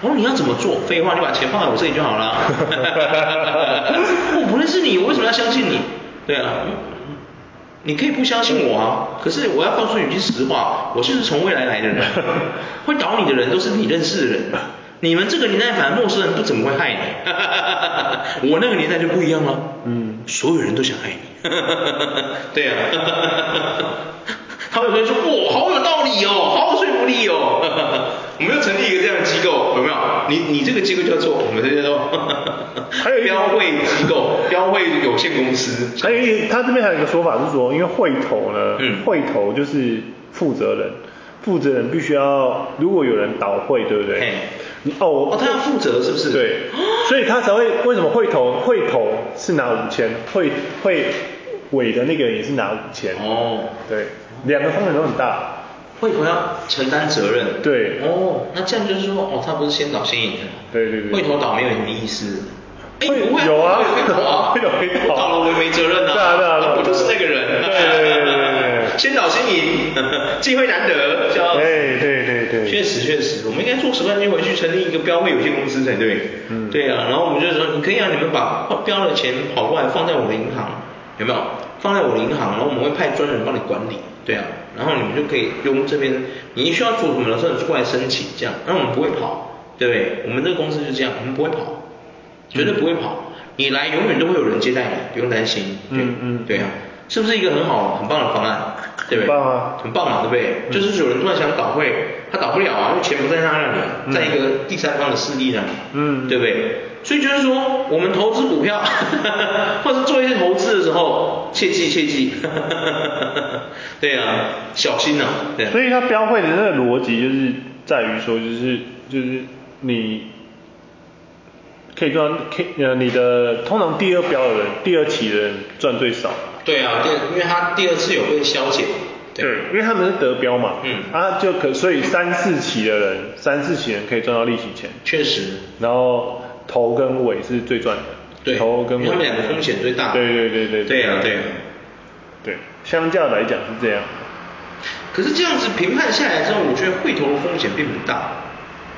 [SPEAKER 1] 我说你要怎么做？废话，你把钱放在我这里就好了。 我不认识你，我为什么要相信你？对啊，你可以不相信我啊，可是我要告诉你一句实话，我就是从未来来的 人，会倒你的人都是你认识的人。你们这个年代反正陌生人不怎么会害你， 我那个年代就不一样了。
[SPEAKER 2] 嗯
[SPEAKER 1] 所有人都想害你。 对啊， 他们有人说哇，好有道理哦，好有说服力哦。 我们要成立一个这样的机构，有没有？你你这个机构叫做我们这叫做
[SPEAKER 2] 还有一个
[SPEAKER 1] 标会机构，标会有限公司。
[SPEAKER 2] 还有一他这边还有一个说法是说，因为会头呢，
[SPEAKER 1] 嗯
[SPEAKER 2] 会头就是负责人，负责人必须要，如果有人倒会，对不
[SPEAKER 1] 嘿
[SPEAKER 2] 对？你哦，我
[SPEAKER 1] 哦，他要负责是不是？哦
[SPEAKER 2] 对，所以他才会为什么会投会投是拿五千，会会尾的那个人也是拿五千。
[SPEAKER 1] 哦
[SPEAKER 2] 对，两个风险都很大。
[SPEAKER 1] 会头要承担责任。
[SPEAKER 2] 对
[SPEAKER 1] 哦，那这样就是说，哦，他不是先倒先赢的。
[SPEAKER 2] 对对对
[SPEAKER 1] 会头倒没有什么意思。哎，
[SPEAKER 2] 会
[SPEAKER 1] 不会啊
[SPEAKER 2] 有啊
[SPEAKER 1] 会头啊，
[SPEAKER 2] 会有 会头
[SPEAKER 1] 我倒了我也没责任啊。
[SPEAKER 2] 对啊对啊对啊
[SPEAKER 1] 我就是那个人。
[SPEAKER 2] 对对对对对对
[SPEAKER 1] 先倒先赢，机会难得。笑死
[SPEAKER 2] 对哎对对对
[SPEAKER 1] 确实确实，我们应该做时光机回去成立一个标会有限公司才对。
[SPEAKER 2] 嗯
[SPEAKER 1] 对啊，然后我们就说，你可以让你们把标的钱跑过来放在我的银行，有没有？放在我的银行，然后我们会派专人帮你管理，对啊，然后你们就可以用这边，你需要做什么的时候你就过来申请，这样，那我们不会跑，对不对？我们这个公司就这样，我们不会跑，绝对不会跑，你来永远都会有人接待你，不用担心，对，
[SPEAKER 2] 嗯嗯
[SPEAKER 1] 对啊，是不是一个很好很棒的方案？对不对？
[SPEAKER 2] 很棒啊
[SPEAKER 1] 很棒嘛，对不对？就是有人突然想倒会，他倒不了啊，因为钱不在他那里啊，
[SPEAKER 2] 嗯
[SPEAKER 1] 在一个第三方的势力那里，
[SPEAKER 2] 嗯
[SPEAKER 1] 对不对？所以就是说，我们投资股票， 或者是做一些投资的时候，切记切记， 对啊，小心啊，对啊。
[SPEAKER 2] 所以它标会的那个逻辑就是在于说，就是就是你可以赚，可以呃你的通常第二标的人，第二期的人赚最少。
[SPEAKER 1] 对啊，第因为他第二次有被消解，
[SPEAKER 2] 对，因为他们是得标嘛，
[SPEAKER 1] 嗯
[SPEAKER 2] 啊就可所以三四期的人，三四期的人可以赚到利息钱，
[SPEAKER 1] 确实，
[SPEAKER 2] 然后头跟尾是最赚的，
[SPEAKER 1] 对
[SPEAKER 2] 头跟尾
[SPEAKER 1] 因为他们两个风险最大
[SPEAKER 2] 对对对对，
[SPEAKER 1] 对啊对啊。
[SPEAKER 2] 对，相较来讲是这样，
[SPEAKER 1] 可是这样子评判下来之后，我觉得会投的风险并不大，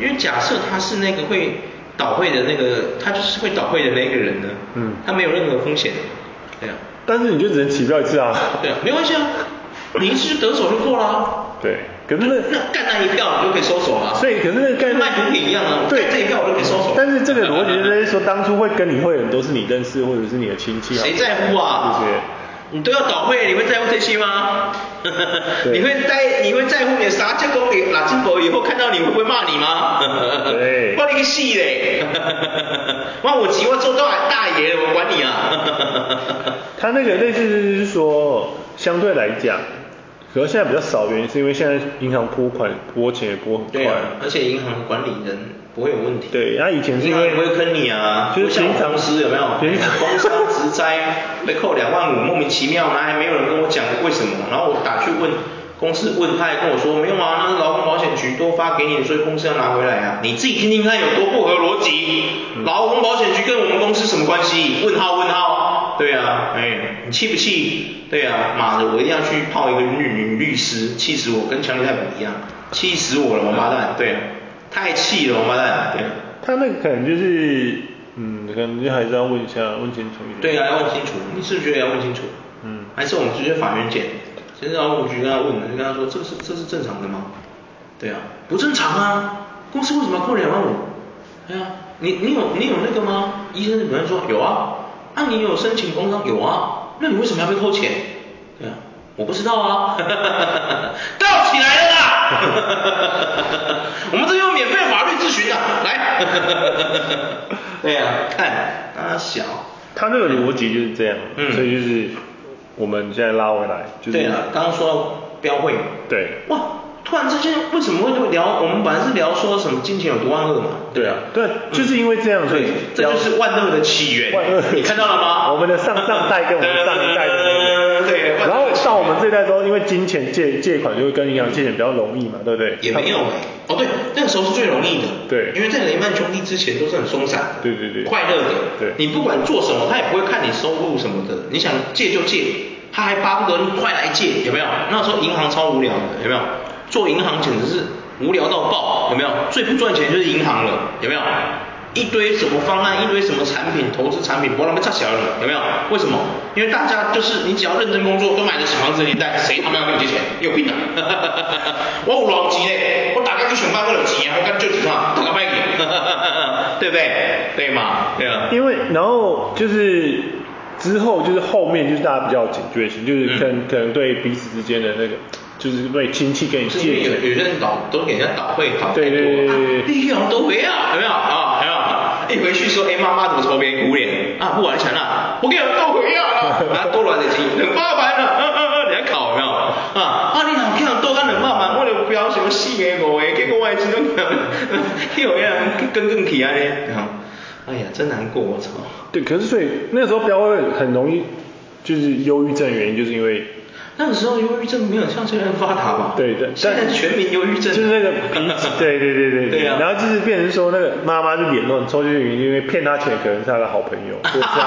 [SPEAKER 1] 因为假设他是那个会倒会的那个，他就是会倒会的那个人呢，
[SPEAKER 2] 嗯
[SPEAKER 1] 他没有任何风险，对啊，
[SPEAKER 2] 但是你就只能起标一次啊，
[SPEAKER 1] 对啊，没关系啊，你一次就得手就够啦、
[SPEAKER 2] 对，可是那
[SPEAKER 1] 那干那一票你就可以收手了、
[SPEAKER 2] 所以可是那个概念
[SPEAKER 1] 卖毒品一样啊，
[SPEAKER 2] 对
[SPEAKER 1] 干这一票我就可以收手。
[SPEAKER 2] 但是这个逻辑就是说，当初会跟你会的人都是你认识或者是你的亲戚啊。
[SPEAKER 1] 谁在乎啊？
[SPEAKER 2] 对不对？
[SPEAKER 1] 你都要倒会，你会在乎这些吗？
[SPEAKER 2] 对
[SPEAKER 1] 你会在你会在乎你的啥结果给拉金博以后看到你会不会骂你吗？
[SPEAKER 2] 对
[SPEAKER 1] 骂你个屁嘞！骂我急，我做大大爷了，我管你啊！
[SPEAKER 2] 他那个类似就是说，相对来讲，可能现在比较少，原因是因为现在银行拨款拨钱也拨很快
[SPEAKER 1] 对啊，而且银行管理人不会有问题。
[SPEAKER 2] 对那以前是
[SPEAKER 1] 银
[SPEAKER 2] 因
[SPEAKER 1] 行
[SPEAKER 2] 为
[SPEAKER 1] 也不会坑你啊，
[SPEAKER 2] 就是
[SPEAKER 1] 不像我
[SPEAKER 2] 平常
[SPEAKER 1] 公司有没有？
[SPEAKER 2] 平常
[SPEAKER 1] 工商职灾被扣两万五，莫名其妙，然后还没有人跟我讲为什么，然后我打去问公司问，他还跟我说没有啊，那是劳工保险局多发给你，所以公司要拿回来啊。你自己听听看有多不合逻辑，劳工保险局跟我们公司什么关系？问号问号。对啊，哎、你气不气？对啊，妈的，我一定要去泡一个女女律师，气死我，跟强尼戴普一样，气死我了，王八蛋，对啊，太气了，王八蛋，对啊。
[SPEAKER 2] 他那个可能就是，嗯，可能就还是要问一下，问清楚一点。
[SPEAKER 1] 对啊，要问清楚，你是不是觉得要问清楚？
[SPEAKER 2] 嗯
[SPEAKER 1] 还是我们直接法院见？其实劳务局跟他问，就跟他说这是这是正常的吗？对啊，不正常啊！公司为什么要扣两万五？对啊，你你有你有那个吗？医生可能说有啊，啊你有申请工伤有啊，那你为什么要被扣钱？对啊，我不知道啊， 吊起来了啦！ 我们这有免费法律咨询啊， 来，对啊，看他小。
[SPEAKER 2] 他那个逻辑就是这样，
[SPEAKER 1] 嗯
[SPEAKER 2] 所以就是我们现在拉回来，就是
[SPEAKER 1] 对啊，刚刚说到标会嘛，
[SPEAKER 2] 对
[SPEAKER 1] 哇，突然之间为什么会聊？我们本来是聊说什么金钱有多万恶嘛，
[SPEAKER 2] 对啊
[SPEAKER 1] 不
[SPEAKER 2] 对就是因为这样所以
[SPEAKER 1] 对，这就是万恶的起源，
[SPEAKER 2] 万恶的起源
[SPEAKER 1] 你看到了吗？
[SPEAKER 2] 我们的上上代跟我们上一代
[SPEAKER 1] 对，
[SPEAKER 2] 的
[SPEAKER 1] 万恶的起源
[SPEAKER 2] 然后到我们这代之后，因为金钱借借款就会跟银行借钱比较容易嘛，对不对？
[SPEAKER 1] 也没有哎、哦对，那个时候是最容易的，
[SPEAKER 2] 对
[SPEAKER 1] 因为在雷曼兄弟之前都是很松散的，
[SPEAKER 2] 对对对
[SPEAKER 1] 快乐的，
[SPEAKER 2] 对
[SPEAKER 1] 你不管做什么，他也不会看你收入什么的，你想借就借，他还巴不得你快来借，有没有？那时候银行超无聊的，有没有？做银行简直是无聊到爆，有没有？最不赚钱就是银行了，有没有？一堆什么方案，一堆什么产品，投资产品，不让被炸小了，有没有？为什么？因为大家就是你只要认真工作，都买得起房子的年代，谁他妈要跟你借钱？你有病啊！ 我有老钱嘞，我大概就想办法有钱啊，我干就几趟，大概卖给， 对不对？对嘛？对啊。
[SPEAKER 2] 因为然后就是之后就是后面就是大家比较有警觉性，就是
[SPEAKER 1] 嗯
[SPEAKER 2] 可能、可能对彼此之间的那个，就是对亲戚跟你
[SPEAKER 1] 是因为
[SPEAKER 2] 借
[SPEAKER 1] 有
[SPEAKER 2] 钱，
[SPEAKER 1] 有些人倒都给人家倒会哎倒
[SPEAKER 2] 对对对对对
[SPEAKER 1] 利用都回啊，有没有啊？有没有？一回去说，哎、妈妈怎么愁眉苦脸啊？不玩钱了，我给你倒回 啊，拿多来点钱，两百万了，嗯嗯嗯，人家考有没有？啊啊，你哪看多干两百万，我就标什么四个五个，结果我的钱都给， 迄个人跟跟起来呢，哎呀，真难过，我操！
[SPEAKER 2] 对，可是所以那个时候标会很容易就是忧郁症，原因就是因为
[SPEAKER 1] 那个时候忧郁症没有像现在发达吧？
[SPEAKER 2] 对对
[SPEAKER 1] 现在
[SPEAKER 2] 但
[SPEAKER 1] 全民忧郁症
[SPEAKER 2] 就是那 个脾气，对对对对
[SPEAKER 1] 对啊
[SPEAKER 2] 然后就是变成说那个妈妈就脸乱抽，就是因为骗他钱可能是他的好朋友，或者是他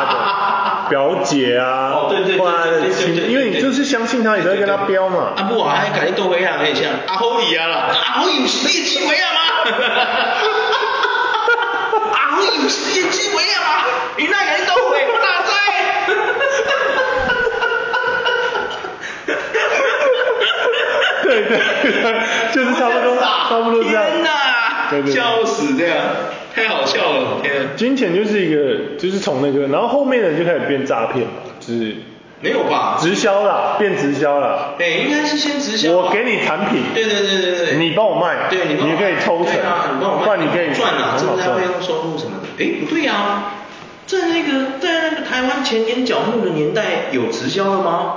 [SPEAKER 2] 的表姐啊，
[SPEAKER 1] 哦，对对对
[SPEAKER 2] 或他
[SPEAKER 1] 对
[SPEAKER 2] 的
[SPEAKER 1] 对对对
[SPEAKER 2] 亲，因为你就是相信他，你才会跟他标 嘛。
[SPEAKER 1] 啊，不啊，还改你倒回啊，很像阿虎姨啊啦，阿虎姨不是你的姊妹啊 吗？阿虎姨不是你的姊妹啊吗？伊哪改你倒回，我哪知？
[SPEAKER 2] 对对对，就是差 不多， 差不多这样。
[SPEAKER 1] 天哪
[SPEAKER 2] 对对，对
[SPEAKER 1] 笑死这样，太好笑了，天啊，
[SPEAKER 2] 金钱就是一个，就是从那个，然后后面的就开始变诈骗嘛，就是
[SPEAKER 1] 没有吧？
[SPEAKER 2] 直销啦，变直销啦。
[SPEAKER 1] 哎，应该是先直销吧。
[SPEAKER 2] 我给你产品，
[SPEAKER 1] 对对对对对，
[SPEAKER 2] 你帮我卖
[SPEAKER 1] 对你帮我卖
[SPEAKER 2] 你可以抽成
[SPEAKER 1] 对啊，你帮我卖，
[SPEAKER 2] 不然你可以
[SPEAKER 1] 赚啊，
[SPEAKER 2] 很
[SPEAKER 1] 这
[SPEAKER 2] 好
[SPEAKER 1] 不是还会
[SPEAKER 2] 赚
[SPEAKER 1] 用收入什么的？哎，不对呀、在那个在那个台湾前年角木的年代有直销了吗？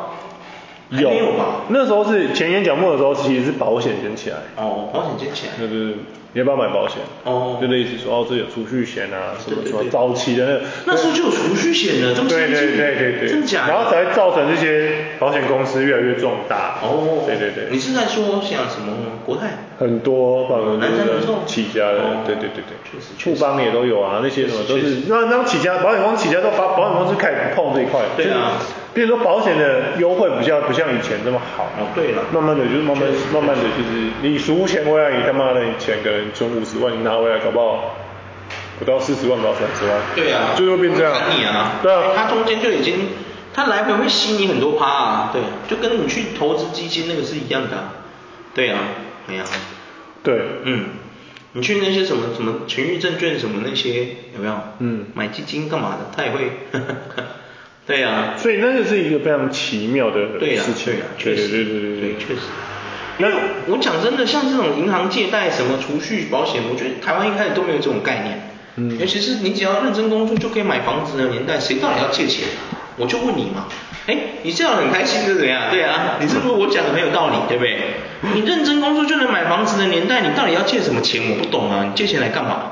[SPEAKER 1] 还没有吧？
[SPEAKER 2] 那时候是前言讲末的时候，其实是保险先起来，
[SPEAKER 1] 哦，保险先起来。
[SPEAKER 2] 那就是你要不要买保险？
[SPEAKER 1] 哦
[SPEAKER 2] 就类似说哦，这有储蓄险啊，什么
[SPEAKER 1] 对对
[SPEAKER 2] 什么
[SPEAKER 1] 对
[SPEAKER 2] 早期的那个，
[SPEAKER 1] 那时候就有储蓄险了，这么先
[SPEAKER 2] 对
[SPEAKER 1] 进，
[SPEAKER 2] 对对对对，
[SPEAKER 1] 真的假的？
[SPEAKER 2] 然后才造成这些保险公司越来越壮大。
[SPEAKER 1] 哦，
[SPEAKER 2] 对对对，
[SPEAKER 1] 你是在说像什么国泰？
[SPEAKER 2] 很多办公室
[SPEAKER 1] 南山不错
[SPEAKER 2] 起家的
[SPEAKER 1] 哦，
[SPEAKER 2] 对对对对，
[SPEAKER 1] 确实确
[SPEAKER 2] 富
[SPEAKER 1] 实
[SPEAKER 2] 邦也都有啊，那些什么都
[SPEAKER 1] 确
[SPEAKER 2] 是
[SPEAKER 1] 实，
[SPEAKER 2] 那那起家保险公司起家之后，保保险公司开始不碰这一块，
[SPEAKER 1] 对啊
[SPEAKER 2] 就是比如说保险的优惠比较不像以前这么好，
[SPEAKER 1] 哦，对了，
[SPEAKER 2] 慢慢的就是慢慢慢慢的就是你数钱回来，你他妈的你钱可能存五十万，你拿回来搞不好不到四十万，不到三十万，
[SPEAKER 1] 对啊，
[SPEAKER 2] 就会变这样，
[SPEAKER 1] 砍你啊，
[SPEAKER 2] 对啊，
[SPEAKER 1] 它中间就已经，它来回会吸你很多趴啊，对，就跟你去投资基金那个是一样的啊、对啊，没啊，
[SPEAKER 2] 对，
[SPEAKER 1] 嗯，你去那些什么什么群益证券什么那些有没有？
[SPEAKER 2] 嗯
[SPEAKER 1] 买基金干嘛的？他也会， 对啊，
[SPEAKER 2] 所以那个是一个非常奇妙的
[SPEAKER 1] 对啊
[SPEAKER 2] 事，情
[SPEAKER 1] 对啊，，
[SPEAKER 2] 对
[SPEAKER 1] 确
[SPEAKER 2] 对
[SPEAKER 1] 实，
[SPEAKER 2] 对对对
[SPEAKER 1] 对，确实。
[SPEAKER 2] 那
[SPEAKER 1] 我讲真的，像这种银行借贷、什么储蓄、保险，我觉得台湾一开始都没有这种概念。
[SPEAKER 2] 嗯
[SPEAKER 1] 尤其是你只要认真工作就可以买房子的年代，谁到底要借钱？我就问你嘛，哎，你这样很开心是怎样？对啊，你是不是我讲的很有道理，对不对？你认真工作就能买房子的年代，你到底要借什么钱？我不懂啊，你借钱来干嘛？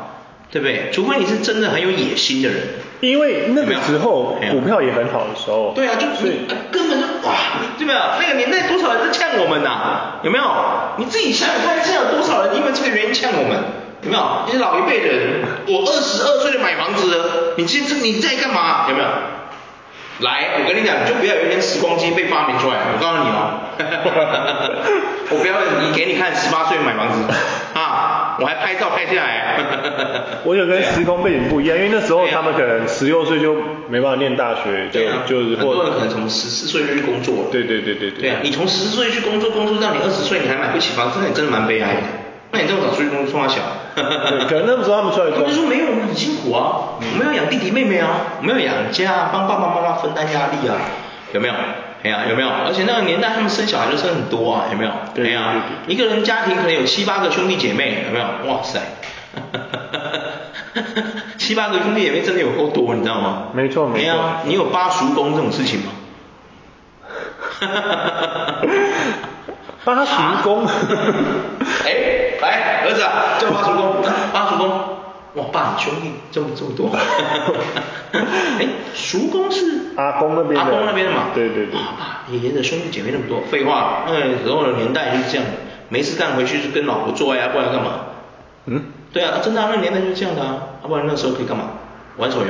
[SPEAKER 1] 对不对？除非你是真的很有野心的人。
[SPEAKER 2] 因为那个时候
[SPEAKER 1] 有没有
[SPEAKER 2] 股票也很好的时候，
[SPEAKER 1] 哎对啊，就
[SPEAKER 2] 所以
[SPEAKER 1] 你根本就哇，对不对？那个年代多少人在呛我们呐、有没有？你自己想想看，现在有多少人因为这个原因呛我们？有没有？一些老一辈人，我二十二岁就买房子了，你这这你在干嘛？有没有？来，我跟你讲，你就不要有一天时光机被发明出来，我告诉你哦，我不要你给你看十八岁买房子啊，我还拍照拍下来。
[SPEAKER 2] 我有跟时空背景不一样，因为那时候
[SPEAKER 1] 啊对啊
[SPEAKER 2] 他们可能十六岁就没办法念大学，就
[SPEAKER 1] 对啊，
[SPEAKER 2] 就是
[SPEAKER 1] 很多人
[SPEAKER 2] 或
[SPEAKER 1] 可能从十四岁就去工作了。
[SPEAKER 2] 对对对对对
[SPEAKER 1] 对啊，你从十岁去工作，工作到你二十岁你还买不起房，那你真的蛮悲哀的。那你这么早出去工作，冲他 小。
[SPEAKER 2] 对可能那时候他们出来
[SPEAKER 1] 他
[SPEAKER 2] 工
[SPEAKER 1] 们就说没有，我们很辛苦啊，我们要养弟弟妹妹啊，我们要养家啊，帮爸爸妈妈分担压力啊，有没有？哎呀、有没有？而且那个年代他们生小孩就生很多啊，有没有？
[SPEAKER 2] 对
[SPEAKER 1] 哎呀、一个人家庭可能有七八个兄弟姐妹，有没有？哇塞， 七八个兄弟姐妹真的有够多，你知道吗？
[SPEAKER 2] 没错没
[SPEAKER 1] 哎
[SPEAKER 2] 错
[SPEAKER 1] 呀你有八叔公这种事 情吗？啊
[SPEAKER 2] 八十 公，
[SPEAKER 1] 哎，来，儿子啊，叫八叔公，八叔公，哇，爸，你兄弟这么这么多，哎，叔公是
[SPEAKER 2] 阿公那边的
[SPEAKER 1] 阿公那边的嘛，
[SPEAKER 2] 对对对
[SPEAKER 1] 哇，爸，爷爷的兄弟姐妹那么多，废话，那时候的年代就是这样，没事干回去就跟老婆做爱啊，不然要干嘛？
[SPEAKER 2] 嗯，
[SPEAKER 1] 对啊，真的、啊，那个年代就是这样的啊，要、不然那时候可以干嘛？玩手游。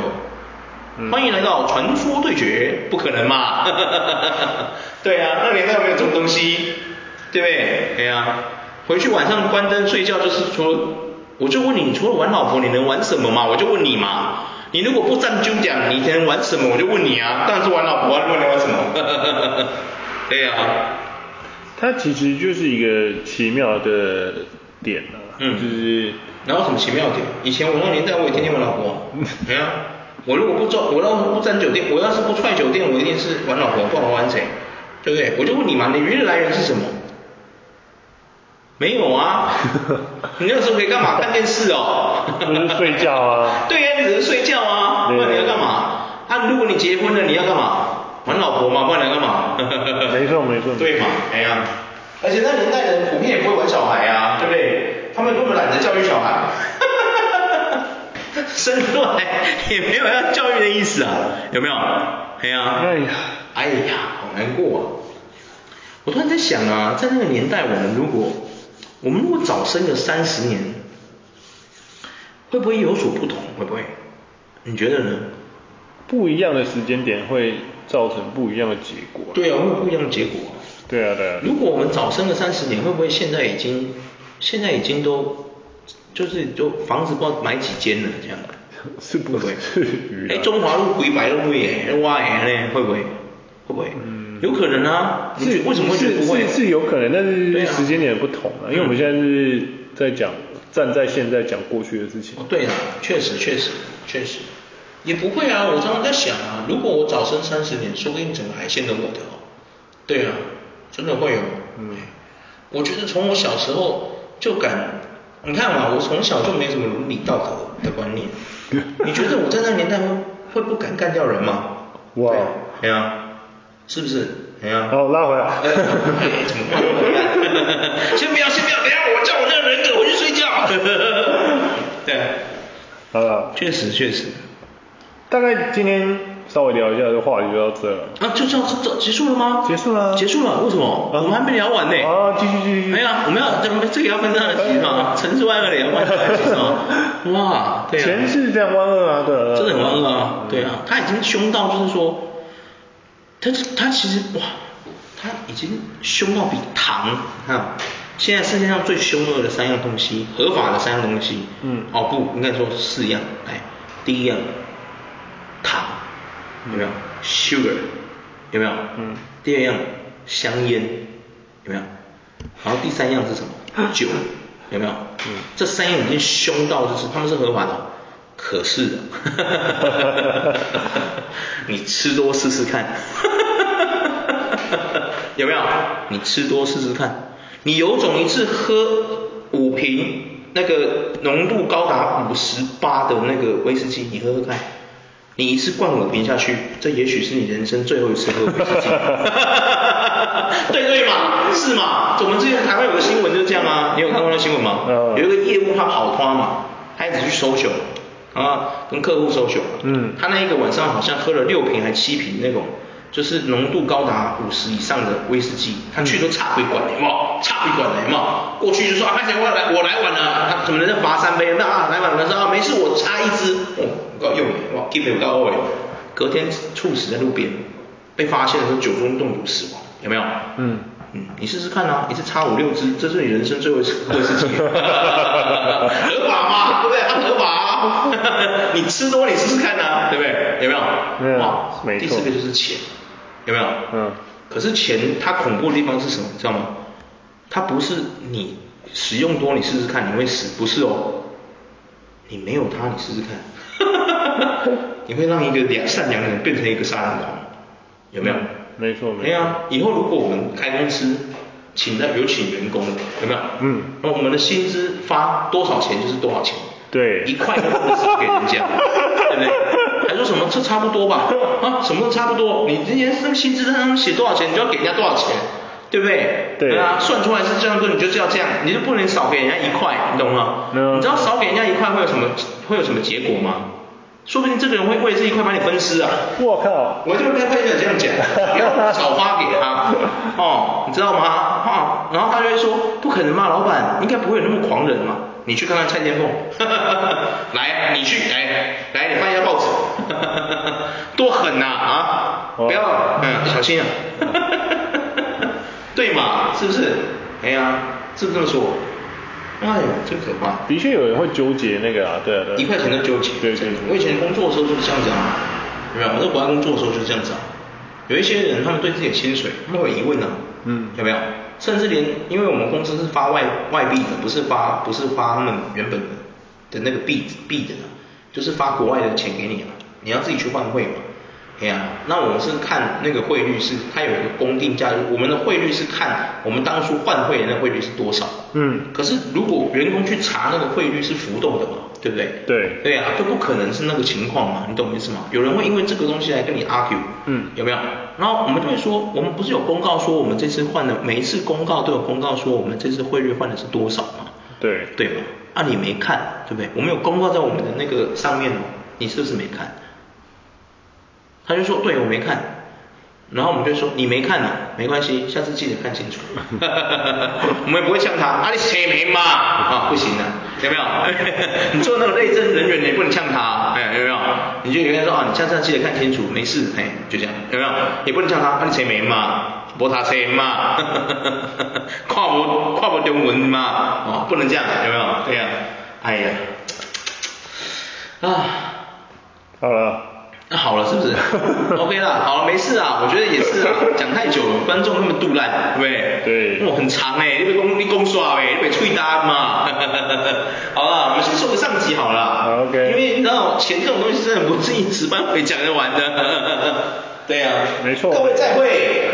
[SPEAKER 2] 嗯
[SPEAKER 1] 欢迎来到传说对决，不可能 嘛？对啊，那年代有没有这种东西？对不对？哎呀、回去晚上关灯睡觉就是除了，我就问你，你除了玩老婆，你能玩什么嘛？我就问你嘛。你如果不占究讲，你能玩什么？我就问你啊，当然是玩老婆啊，不然能玩什么？ 对啊呀、
[SPEAKER 2] 它其实就是一个奇妙的点啊，
[SPEAKER 1] 嗯
[SPEAKER 2] 就是
[SPEAKER 1] 哪有什么奇妙点？以前我那个年代，我也天天玩老 婆啊。对啊，我如果不做，我要是不沾酒店，我要是不踹酒店，我一定是玩老婆，不然我玩谁？对不对？我就问你嘛，你娱乐来源是什么？没有 啊，你那个时候可以干嘛？看电视哦，
[SPEAKER 2] 就是睡觉啊
[SPEAKER 1] 对呀、你只是睡觉啊，不
[SPEAKER 2] 对
[SPEAKER 1] 然你要干嘛？啊，如果你结婚了，你要干嘛？玩老婆嘛，不然你要干 嘛？
[SPEAKER 2] 没错没错
[SPEAKER 1] 对嘛？哎呀，而且那年代人普遍也不会玩小孩啊，对不对？他们根本懒得教育小孩， 生出来也没有要教育的意思啊，有没有？哎呀，
[SPEAKER 2] 哎呀
[SPEAKER 1] 哎呀，好难过啊！我突然在想啊，在那个年代，我们如果我们如果早生个三十年，会不会有所不同？会不会？你觉得呢？
[SPEAKER 2] 不一样的时间点会造成不一样的结果。
[SPEAKER 1] 对啊，会有不一样的结果啊、
[SPEAKER 2] 对啊对啊，
[SPEAKER 1] 如果我们早生个三十年，会不会现在已经现在已经都就是就房子不知道买几间了这样？
[SPEAKER 2] 是啊不
[SPEAKER 1] 会不会
[SPEAKER 2] 至于啦
[SPEAKER 1] 哎，中华路几百路耶，哇哎嘞，会不会？会不会？
[SPEAKER 2] 嗯
[SPEAKER 1] 有可能啊，你
[SPEAKER 2] 是
[SPEAKER 1] 为什么会觉得不会？啊
[SPEAKER 2] 是是是有可能，但
[SPEAKER 1] 对
[SPEAKER 2] 是
[SPEAKER 1] 啊
[SPEAKER 2] 时间点不同啊，因为我们现在是在讲站在现在讲过去的事情
[SPEAKER 1] 哦，，对啊，确实确实确实，也不会啊。我常常在想啊，如果我早生三十年，说不定整个海鲜都我的哦。对啊，真的会有。
[SPEAKER 2] 嗯，
[SPEAKER 1] 我觉得从我小时候就敢，你看嘛，我从小就没什么伦理道德的观念。你觉得我在那年代会会不敢干掉人吗？
[SPEAKER 2] 哇
[SPEAKER 1] 对啊，是不是？哎呀、
[SPEAKER 2] 好拉回来
[SPEAKER 1] 哎怎么办？ 先不要，先不要，等一下我叫我那个人格，我去睡 觉。对，
[SPEAKER 2] 好了，
[SPEAKER 1] 确实确实。
[SPEAKER 2] 大概今天稍微聊一下的话题就到这了。
[SPEAKER 1] 啊，就这样这结束了吗？
[SPEAKER 2] 结束了啊
[SPEAKER 1] 结束了，为什么？
[SPEAKER 2] 啊
[SPEAKER 1] 我们还没聊完呢。
[SPEAKER 2] 啊继续继续
[SPEAKER 1] 哎呀，我们要这这个要分三二集嘛，陈述万恶两万二集嘛。哇，对啊。
[SPEAKER 2] 前世这样弯二啊，对啊，对啊
[SPEAKER 1] 真的很荒啊，对啊，他已经凶到就是说，他他其实哇，他已经凶到比糖啊，现在世界上最凶恶的三样东西，合法的三样东西，
[SPEAKER 2] 嗯
[SPEAKER 1] 哦不，应该说四样，哎，第一样糖，有没有？sugar，有没有？
[SPEAKER 2] 嗯
[SPEAKER 1] 第二样香烟，有没有？然后第三样是什 么？酒，有没有？
[SPEAKER 2] 嗯
[SPEAKER 1] 这三样已经凶到就是他们是合法的，可是，你吃多试试看，有没有？你吃多试试看，你有种一次喝五瓶那个浓度高达五十八的那个威士忌，你喝喝看。你一次灌五瓶下去，这也许是你人生最后一次喝威士忌。对对嘛，是嘛？我们之前台湾有个新闻就是这样啊，你有看过那新闻吗？
[SPEAKER 2] 嗯
[SPEAKER 1] 有一个业务他跑脱嘛，他一直去搜酒啊，跟客户搜酒。
[SPEAKER 2] 嗯
[SPEAKER 1] 他那一个晚上好像喝了六瓶还七瓶那种，就是浓度高达五十以上的威士忌，他去都插回管有没有？插回管了有没有？过去就说啊，看起来我来我来晚了，他怎么能罚三杯？那啊来晚了，说啊没事，我插一支，哦，不够用的，哇，keep 不到位，隔天猝死在路边，被发现的时候酒中中毒死亡，有没有？
[SPEAKER 2] 嗯
[SPEAKER 1] 嗯，你试试看啊，一次插五六支，这是你人生最后一次喝威士忌， 合法嘛，对不对？它合法啊， 你吃多你试试看啊，对不对？有没有？
[SPEAKER 2] 没有
[SPEAKER 1] 哇
[SPEAKER 2] 啊没
[SPEAKER 1] 第
[SPEAKER 2] 错
[SPEAKER 1] 四个就是钱，有没有？
[SPEAKER 2] 嗯。
[SPEAKER 1] 可是钱它恐怖的地方是什么？你知道吗？它不是你使用多你试试看你会死，不是哦。你没有它你试试看， 你会让一个良善良的人变成一个杀人狂，有没
[SPEAKER 2] 嗯
[SPEAKER 1] 有？
[SPEAKER 2] 没错没错
[SPEAKER 1] 对啊，以后如果我们开公司，请在有请员工的，有没有？
[SPEAKER 2] 嗯
[SPEAKER 1] 那我们的薪资发多少钱就是多少钱，
[SPEAKER 2] 对
[SPEAKER 1] 一块都不少给人 家，对不对？还说什么这差不多吧？啊，什么都差不多？你今年那个薪资单上面写多少钱，你就要给人家多少钱，对不对？
[SPEAKER 2] 对
[SPEAKER 1] 啊，算出来是这样多，你就是要这样，你就不能少给人家一块，你懂吗？
[SPEAKER 2] 嗯
[SPEAKER 1] 你知道少给人家一块会有什么会有什么结果吗？说不定这个人会为这一块把你分尸啊！
[SPEAKER 2] 我靠，
[SPEAKER 1] 我就跟他这样讲，不要少发给他，哦，你知道吗？啊，然后他就会说，不可能嘛，老板，应该不会有那么狂人嘛。你去看看蔡天凤， 来，你去，来，来，你翻一下报纸， 多狠呐啊
[SPEAKER 2] 哦
[SPEAKER 1] 不要，嗯，小心啊， 对嘛，是不是？哎呀，是不是这么说？哎呦，真可怕。
[SPEAKER 2] 的确有人会纠结那个啊，对啊对啊。
[SPEAKER 1] 一块钱都纠结。
[SPEAKER 2] 对对
[SPEAKER 1] 我以前工作的时候就是这样子啊，有没有？我在国外工作的时候就是这样子啊。有一些人他们对自己的薪水他们会有疑问啊，
[SPEAKER 2] 嗯
[SPEAKER 1] 有没有？甚至连因为我们公司是发外外币的，不是发不是发他们原本的那个币币的，啊就是发国外的钱给你啊，你要自己去换汇嘛。哎呀、那我们是看那个汇率是它有一个公定价，我们的汇率是看我们当初换汇的那个汇率是多少。
[SPEAKER 2] 嗯
[SPEAKER 1] 可是如果员工去查那个汇率是浮动的嘛，对不对？
[SPEAKER 2] 对
[SPEAKER 1] 对啊，就不可能是那个情况嘛，你懂我意思吗？有人会因为这个东西来跟你 argue，
[SPEAKER 2] 嗯
[SPEAKER 1] 有没有？然后我们就会说，我们不是有公告说我们这次换的，每一次公告都有公告说我们这次汇率换的是多少嘛？
[SPEAKER 2] 对
[SPEAKER 1] 对吗？啊，你没看，对不对？我们有公告在我们的那个上面哦，你是不是没看？他就说对我没看，然后我们就说你没看呢、没关系，下次记得看清 楚。我们也不会呛他，啊你谁没嘛？啊不行啊，有没 有？你做那种内政人员你也不能呛他啊，哎有没有？你就跟他说啊，你下次要记得看清楚，没事，哎就这样，有没有？也不能呛他，啊你谁没嘛？无读册 嘛，看无看无中文嘛，哦不能这样，有没有？对呀、哎呀，啊。
[SPEAKER 2] 好了，
[SPEAKER 1] 那好了是 不是？OK 啦，好了，没事啊啦，我觉得也是啦，讲太久了，观众那么杜烂，对不对？
[SPEAKER 2] 对
[SPEAKER 1] 哇，很长哎、欸，你被公你公刷哎，你被吹单嘛。 好了，我们先说个上集好了。
[SPEAKER 2] 好，OK
[SPEAKER 1] 因为你知道钱这 种东西真的不是一直班会讲得完的。对啊。
[SPEAKER 2] 没错
[SPEAKER 1] 各位再会。